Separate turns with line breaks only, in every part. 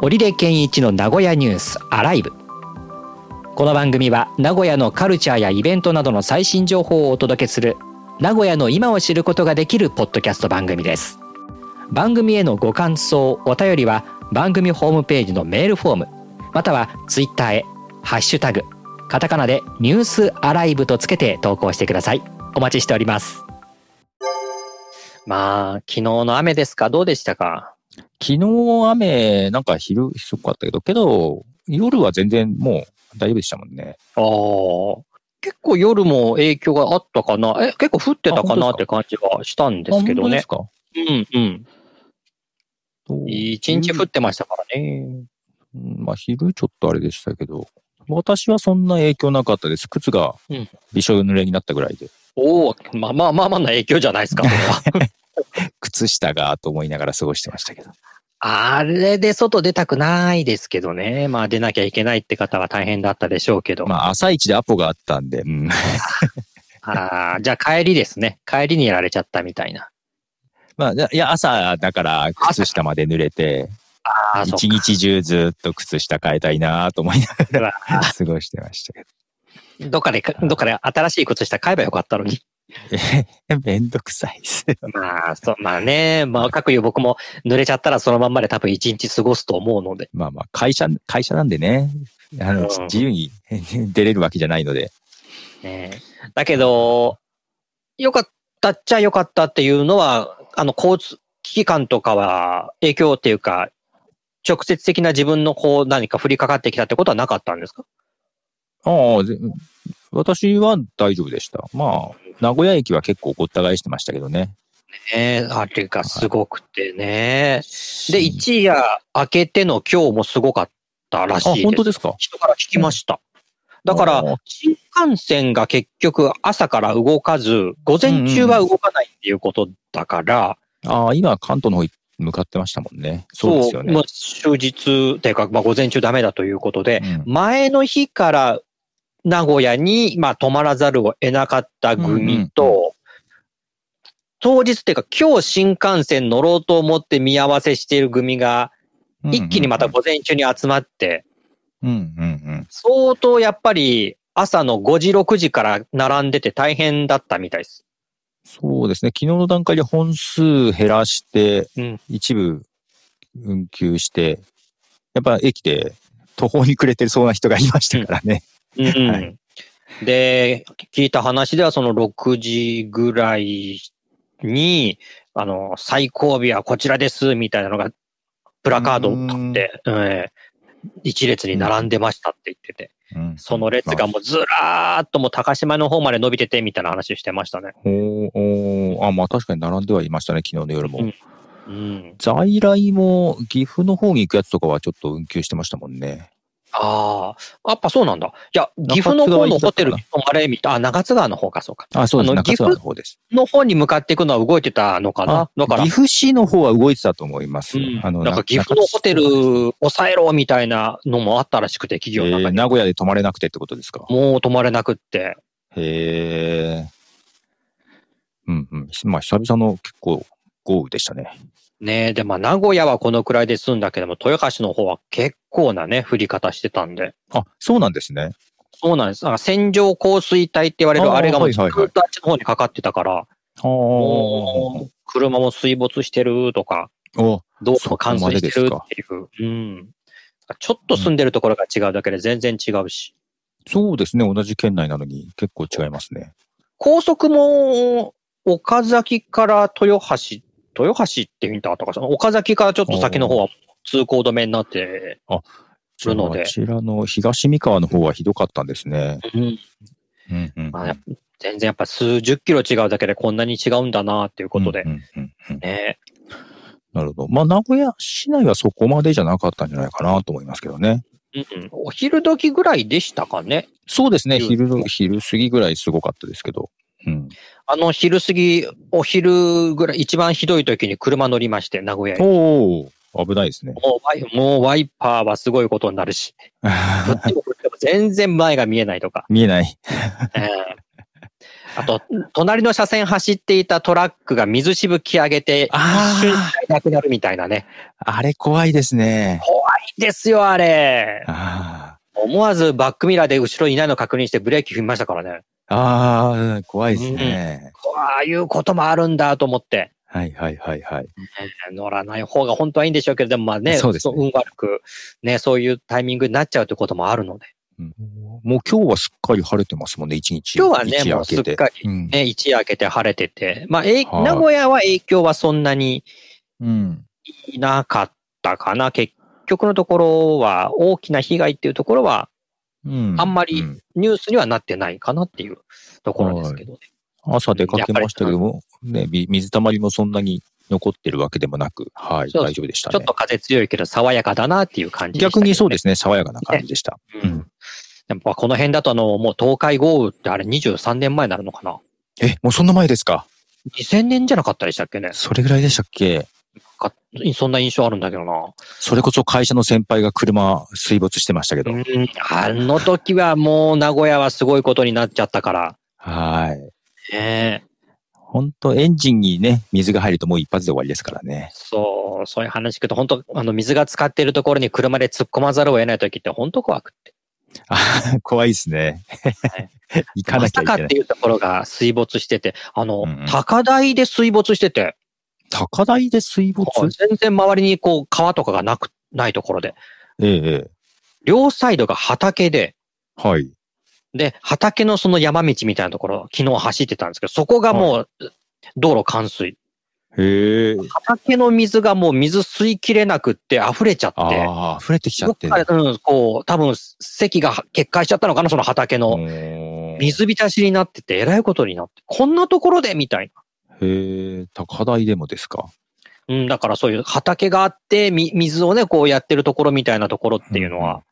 織出健一の名古屋ニュースアライブこの番組は名古屋のカルチャーやイベントなどの最新情報をお届けする名古屋の今を知ることができるポッドキャスト番組です番組へのご感想お便りは番組ホームページのメールフォームまたはツイッターへハッシュタグカタカナでニュースアライブとつけて投稿してくださいお待ちしておりますまあ昨日の雨ですかどうでしたか
昨日雨、なんか昼、ひどかったけど、けど、夜は全然もう大丈夫でしたもんね。
ああ、結構夜も影響があったかな。え、結構降ってたかな
あ本当ですか
って感じはしたんですけどね。
あ本
うんうん。
当ですか
一日降ってましたからね。
うんまあ、昼ちょっとあれでしたけど、私はそんな影響なかったです。靴が
うん
びしょ濡れになったぐらいで、
おお、まあまあまあまあな影響じゃないですか、これは。
靴下がと思いながら過ごしてましたけど。
あれで外出たくないですけどね。まあ出なきゃいけないって方は大変だったでしょうけど。
まあ、朝一でアポがあったんで、うん、
あー、じゃあ帰りですね。帰りにやられちゃったみたいな。
まあ、いや、朝だから靴下まで濡れて、
ああ、そう
一日中ずっと靴下変えたいなと思いながら
うわ
過ごしてましたけ
どっかで、どっかで新しい靴下買えばよかったのに。
ど。めんどくさいですよ。
まあ、そう、まあね、まあ、各有僕も濡れちゃったらそのまんまで多分一日過ごすと思うので。
まあまあ、会社、会社なんでね、あ
う
の、
ん
自由に 出れるわけじゃないので、
ね、だけど、よかったっちゃよかったっていうのは、あの、交通、危機感とかは影響っていうか、直接的な自分のこう何か降りかかってきたってことはなかったんですか
ああ、ぜ私は大丈夫でした。まあ、名古屋駅は結構ごった返してましたけどね。
ねあれがすごくてね。で、
で
一夜明けての今日もすごかったらしい
あ
です、。
本当ですか
人から聞きました。だか
あ
ら
ー、
新幹線が結局朝から動かず、午前中は動かないっていうことだから、
ああ、今、関東の方に向かってましたもんね。そうですよね。
もう終日、っていうか、まあ、午前中ダメだということで、
うん
前の日から名古屋に、まあ、泊まらざるを得なかった組と、
うんうん
当日っていうか、今日新幹線乗ろうと思って見合わせしている組が、一気にまた、午前中に集まって、
うんうん
相当やっぱり朝の5時、6時から並んでて大変だったみたいです。
そうですね。昨日の段階で本数減らして、
うん
一部運休して、やっぱ駅で途方に暮れてそうな人がいましたからね。
うん
はい
で、聞いた話ではその6時ぐらいに、あの、最後尾はこちらですみたいなのが、プラカードを立って、ええ一列に並んでましたって言ってて、
うん
その列がもうずらーっともう高島の方まで伸びててみたいな話をしてましたね。
おーおーあ、まあ確かに並んではいましたね、昨日の夜も。
うんうん。
在来も岐阜の方に行くやつとかはちょっと運休してましたもんね。
ああ、やっぱそうなんだ。いや、岐阜の方のホテルに泊まれ、みたいな。あ、長津川の方か、そうか。
あ、そうです。
あの
中津川の方です。
の方に向かっていくのは動いてたのかな
あ
だから
岐、阜市の方は動いてたと思います。
うん
あの
なんか岐阜のホテル抑えろみたいなのもあったらしくて、企業
え
の中
ー
に。
名古屋で泊まれなくてってことですか。
もう泊まれなくって。
へえ。うんうん。まあ久々の結構豪雨でしたね。
ねえ、で、まあ、名古屋はこのくらいで済んだけども、豊橋の方は結構なね、降り方してたんで。
あ、そうなんですね。
そうなんです。なんか線状降水帯って言われる
あー
あれがもう
はい
ず
は
っ
いはい
とあっちの方にかかってたから、
ああ。
もう車も水没してるとか、
お
道路も冠水してるっていう。うん。ちょっと住んでるところが違うだけで全然違うし。
そうですね。同じ県内なのに結構違いますね。
高速も、岡崎から豊橋、豊橋ってヒントあったかしら岡崎からちょっと先の方は通行止めになって、するので
あちらの東三河の方はひどかったんですね。うんうんうん
まあやっぱ全然やっぱ数十キロ違うだけでこんなに違うんだなっていうことで、
うんうんうんうん
ね。
なるほど。まあ、名古屋市内はそこまでじゃなかったんじゃないかなと思いますけどね。
うんお昼時ぐらいでしたかね。
そうですね。
うん
昼の、昼過ぎぐらいすごかったですけど。うん。
あの昼過ぎ、お昼ぐらい、一番ひどい時に車乗りまして、名古屋に。
おお危ないですね。
もうワイもうワイパーはすごいことになるし、こっちもこっちも全然前が見えないとか。
見えない。
ええあと、隣の車線走っていたトラックが水しぶき上げて、
あ
一
ー
瞬なくなるみたいなね。
あれ怖いですね。
ですよ、あれ。
あ
思わずバックミラーで後ろにいないの確認してブレーキ踏みましたからね。
あ。ああ、怖いですね。
ああいうこともあるんだと思って。
はいはいはいはい。
乗らない方が本当はいいんでしょうけれども、まあね、
そうですね
運悪く、ね、そういうタイミングになっちゃうということもあるので。
うんもう今日はすっかり晴れてますもんね、一日。
今日はね
一夜明けて
もうすっかり
うん。
ね、一夜明けて晴れてて、まあ、えい
はい
名古屋は影響はそんなに
うん
なかったかな。結局のところは、大きな被害っていうところは、
う
あんまり
う
ニュースにはなってないかなっていうところですけどね。
朝出かけましたけども、ね、み水たまりもそんなに残ってるわけでもなく、はい、
そう
大丈夫でした
ちょっ
ね。
と風強いけど、爽やかだなっていう感じでしたけど
逆
ね、
にそうですね、爽やかな感じでした。
う
うん
ん。やっぱこの辺だとあの、もう東海豪雨ってあれ23年前になるのかな
え、もうそんな前ですか
?2000 年じゃなかったでしたっけね
それぐらいでしたっけ
かそんな印象あるんだけどな。
それこそ会社の先輩が車水没してましたけど。
うん。あの時はもう名古屋はすごいことになっちゃったから。
はい。
ねえ。
本当エンジンにね、水が入るともう一発で終わりですからね。
そう、そういう話聞くと、本当あの、水が浸かっているところに車で突っ込まざるを得ない時って本当怖くって。
あ怖いですね
い。
行か
ま
なきゃ
さ
い
か
け
っ
ない。
ていうところが水没してて、あの、
うんうん
高台で水没してて、
高台で水没
全然周りにこう川とかがなく、ないところで、
えええ
両サイドが畑で、
え、はい。
で、畑のその山道みたいなところ、昨日走ってたんですけど、そこがもう、道路冠水。
へえ。
畑の水がもう水吸いきれなくって溢れちゃって、
ああ、溢れてきちゃ
ど
っ
ってかで、うん、こう、多分、堰が決壊しちゃったのかな、その畑の。
の
水浸しになってて、えらいことになって、こんなところでみたい
へえ、高台でもですか。
な。うん、だからそういう畑があって、み水をね、こうやってるところみたいなところっていうのは、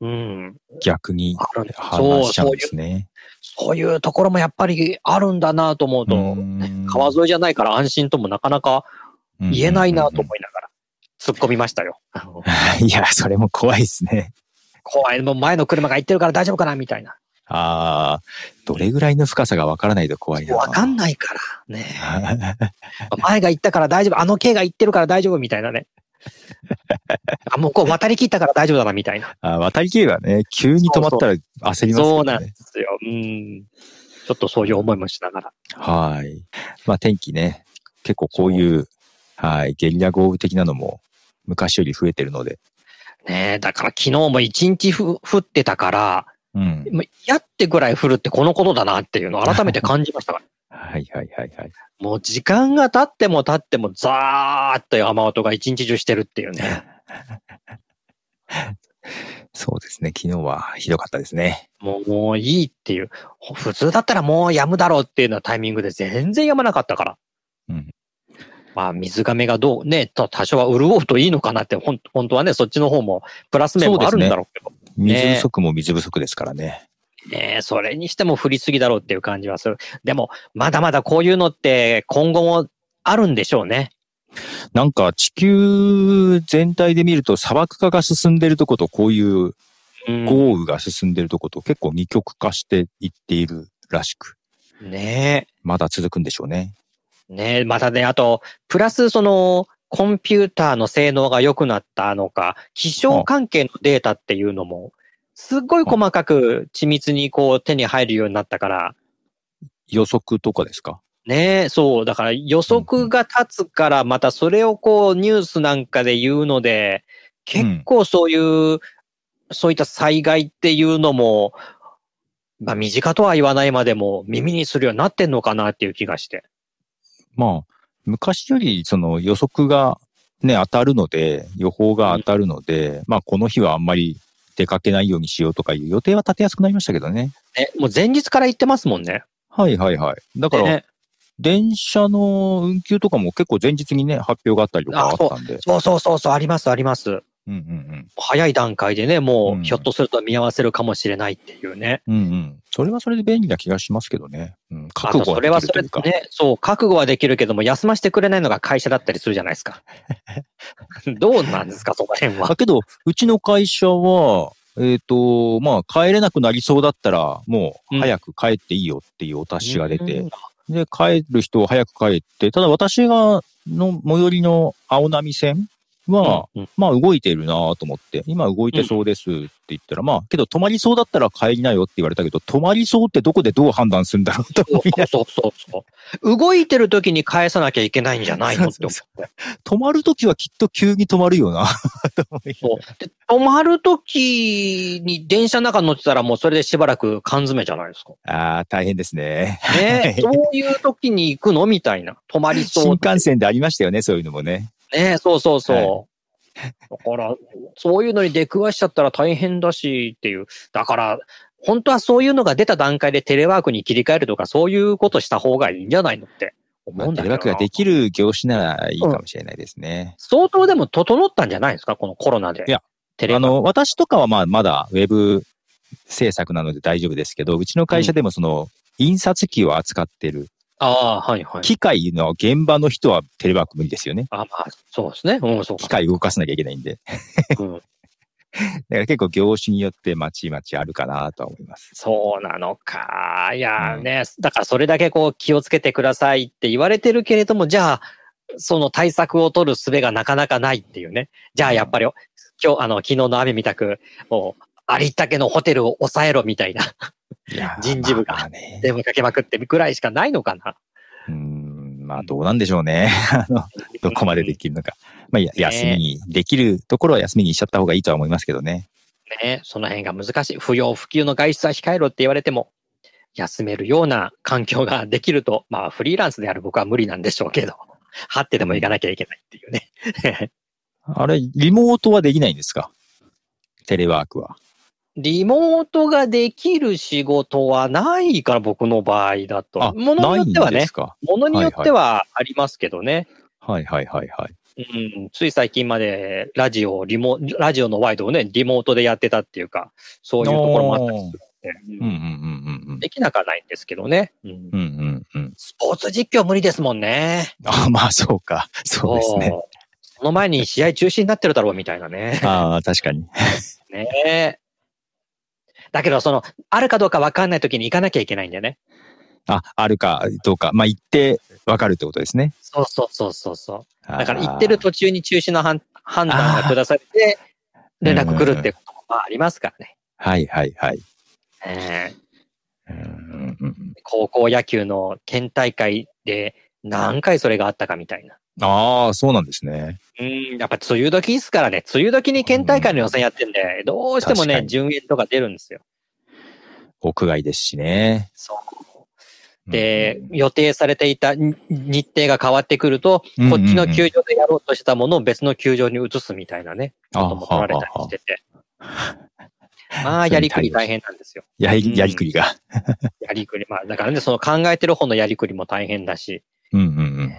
うん、
逆に
あるんだそ
話
う、
しちゃ
そ
うん
う
で
いう、
すね。
そういうところもやっぱりあるんだなと思うと、
うん
川沿いじゃないから安心ともなかなか言えないなと思いながら、突っ込みましたよ。
いや、それも怖いですね。
怖い、もう前の車が行ってるから大丈夫かなみたいな。
ああ、どれぐらいの深さがわからないと怖いな。
わかん
な
ないから、ね。
い。
前が行ったから大丈夫、あの系が行ってるから大丈夫みたいな ね。あ、もうこう渡り切ったから大丈夫だなみたいな。
あ渡り切ればね、急に止まったら焦ります
そう
よ
なんで
ね。
すよ。うん。ちょっとそういう思いもしながら。
はい。まあ天気ね、結構こういう、はい、ゲリラ豪雨的なのも昔より増えてるので。
ねえ、だから昨日も一日ふ降ってたから、
うん。
もうやってぐらい降るってこのことだなっていうのを改めて感じました から。
はいはいはいはい。
もう時間が経っても経ってもザーッと雨音が一日中してるっていうね。
そうですね、昨日はひどかったですね。
もうもういいっていう。普通だったらもう止むだろうっていうようなタイミングで全然止まなかったから。
うん
まあ水がめがどうね、と多少は潤うといいのかなって、ほん本当はね、そっちの方もプラス面もあるんだろうけど。
水不足も水不足ですからね。
ねえ、それにしても降りすぎだろうっていう感じはする。でも、まだまだこういうのって今後もあるんでしょうね。
なんか地球全体で見ると砂漠化が進んでるとことこういう
うん、
豪雨が進んでるとこと結構二極化していっているらしく、
ね
まだ続くんでしょうね。
え、ねえ、またね、あと、プラスその、コンピューターの性能が良くなったのか、気象関係のデータっていうのも、すっごい細かく緻密にこう手に入るようになったから、
予測とかですか
ねえ、そう、だから予測が立つから、またそれをこうニュースなんかで言うので、結構そういう、そういった災害っていうのも、まあ身近とは言わないまでも耳にするようになってんのかなっていう気がして。
まあ、昔よりその予測がね、当たるので、予報が当たるので、まあこの日はあんまり出かけないようにしようとかいう予定は立てやすくなりましたけどね。
え、もう前日から言ってますもんね。
はいはいはい。だから、
ね
電車の運休とかも結構前日にね、発表があったりとかあったんで。
そうそうそうそう、ありますあります。
うんうん
早い段階でね、も
う
うんひょっとすると見合わせるかもしれないっていうね。
うん。うんうん。それはそれで便利な気がしますけどね。うん。覚
あと
悟
そ
は
れ
で
は
き
そ
ると
れ
いうか。
でね、そう、覚悟はできるけども、休ませてくれないのが会社だったりするじゃない ですか。どうなんですか、その辺
だ
は。
けど、うちの会社は、えっ、と、まあ、帰れなくなりそうだったら、もう早く帰っていいよっていうお達しが出て、で、帰る人は早く帰って、ただ私が、の、最寄りの青波線は、
うん
まあ、動いてるなと思って、今動いてそうですって言ったら、まあ、けど止まりそうだったら帰りなよって言われたけど、止まりそうってどこでどう判断するんだろうと思いなが ら
そうそうそう。動いてる時に返さなきゃいけないんじゃない のって思って。
止まるときはきっと急に止まるよ な。
そうで止まる時に電車の中に乗ってたらもうそれでしばらく缶詰じゃないですか。
ああ、大変ですね。
ねそういう時に行くのみたいな。止まりそう。
新幹線でありましたよね、そういうのもね。
ねそうそうそう。だから、そういうのに出くわしちゃったら大変だしっていう。だから、本当はそういうのが出た段階でテレワークに切り替えるとか、そういうことした方がいいんじゃないのって思
ま
う
あ、
んだ
テ
け
レ
ど
ワ
な
ークができる業種ならいいかもしれないですね。
相当でも整ったんじゃないですかこのコロナで。
いや、
テレワ
あ
ーク。
の、私とかはまあ、まだウェブ制作なので大丈夫ですけど、うちの会社でもその、印刷機を扱ってる
ああ、はいはい。
機械の現場の人はテレワーク無理ですよね。
あまあ、そうですね。うん、そう
機
か。
械動かさなきゃいけないんで。
うん
だから結構業種によってまちまちあるかなとは思います。
そうなのか。いやー
うん
ね、だからそれだけこう気をつけてくださいって言われてるけれども、じゃあ、その対策を取る術がなかなかないっていうね。じゃあやっぱり、今日、あの、昨日の雨みたく、もう、ありったけのホテルを抑えろみたいな、
いやー
人事部が
まあまあね
電話かけまくってるぐらいしかないのかな。
うーん、まあどうなんでしょうね。あの、どこまでできるのか。まあ、や
ね
休みに、できるところは休みにしちゃった方がいいとは思いますけどね。
ね、その辺が難しい。不要不急の外出は控えろって言われても、休めるような環境ができると、まあ、フリーランスである僕は無理なんでしょうけど、 張ってでも行かなきゃいけないっていうね。
あれ、リモートはできないんですかテレワークは。
リモートができる仕事はないから、僕の場合だと。ものによっては
ないんで
ね
す、か。
ものによってはありますけどね。
はいはいはいはい。
うん、つい最近までラジオ、リモ、ラジオのワイドをね、リモートでやってたっていうか、そういうところもあったりするんで、
う
うん
うん
ん
うん
できなくはないんですけどね。うん
うんうん。うんうんうん。
スポーツ実況無理ですもんね。
あ、まあそうか。そうですね。
そう。その前に試合中止になってるだろうみたいなね。
ああ、確かに。
ねえだけど、その、あるかどうか分かんない時に行かなきゃいけないんだよね。
あ、あるかどうか。まあ行ってわかるってことですね。
そうそうそうそうそう。だ
だ
から行ってる途中に中止の判判断が下されて、
あー
連絡来るってこともまあありますからね。
はいはいはい。
ええ
うんうんうん
高校野球の県大会で何回それがあったかみたいな。
ああ、そうなんですね。
うん、やっぱ梅雨時ですからね、梅雨時に県大会の予選やってんで、どうしても
確か
ね、
に
順延とか出るんですよ。
屋外ですしね。
そう。で、予定されていたに日程が変わってくると、
うんうん
こ
うん
っちの球場でやろうとしてたものを別の球場に移すみたいなね、
あ
ことも取られたりしてて。まあ、
そ
やり
れに対応
くり大変なんですよ。
やりやりくりが。
やりくり。まあ、だからね、その考えてる方のやりくりも大変だし、
うんうんうん。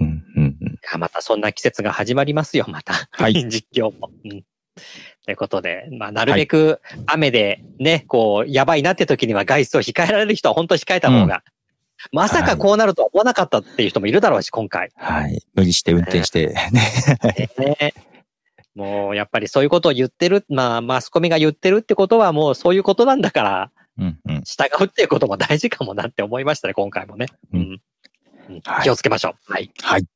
うんうんうん。
いやまたそんな季節が始まりますよ、 また。
はい
実況も。うんということで、まあ、なるべく雨でね、こう、やばいなって時には外出を控えられる人は本当控えた方が、まさかこうなるとは思わなかったっていう人もいるだろうし、今回。
はい。無理して運転して、ね。
ね、 もう、やっぱりそういうことを言ってる、まあ、マスコミが言ってるってことはもうそういうことなんだから、
うんうん。
従うっていうことも大事かもなって思いましたね、今回もね。う
うん
ん。うん
はい
気をつけましょう。はい。
はい。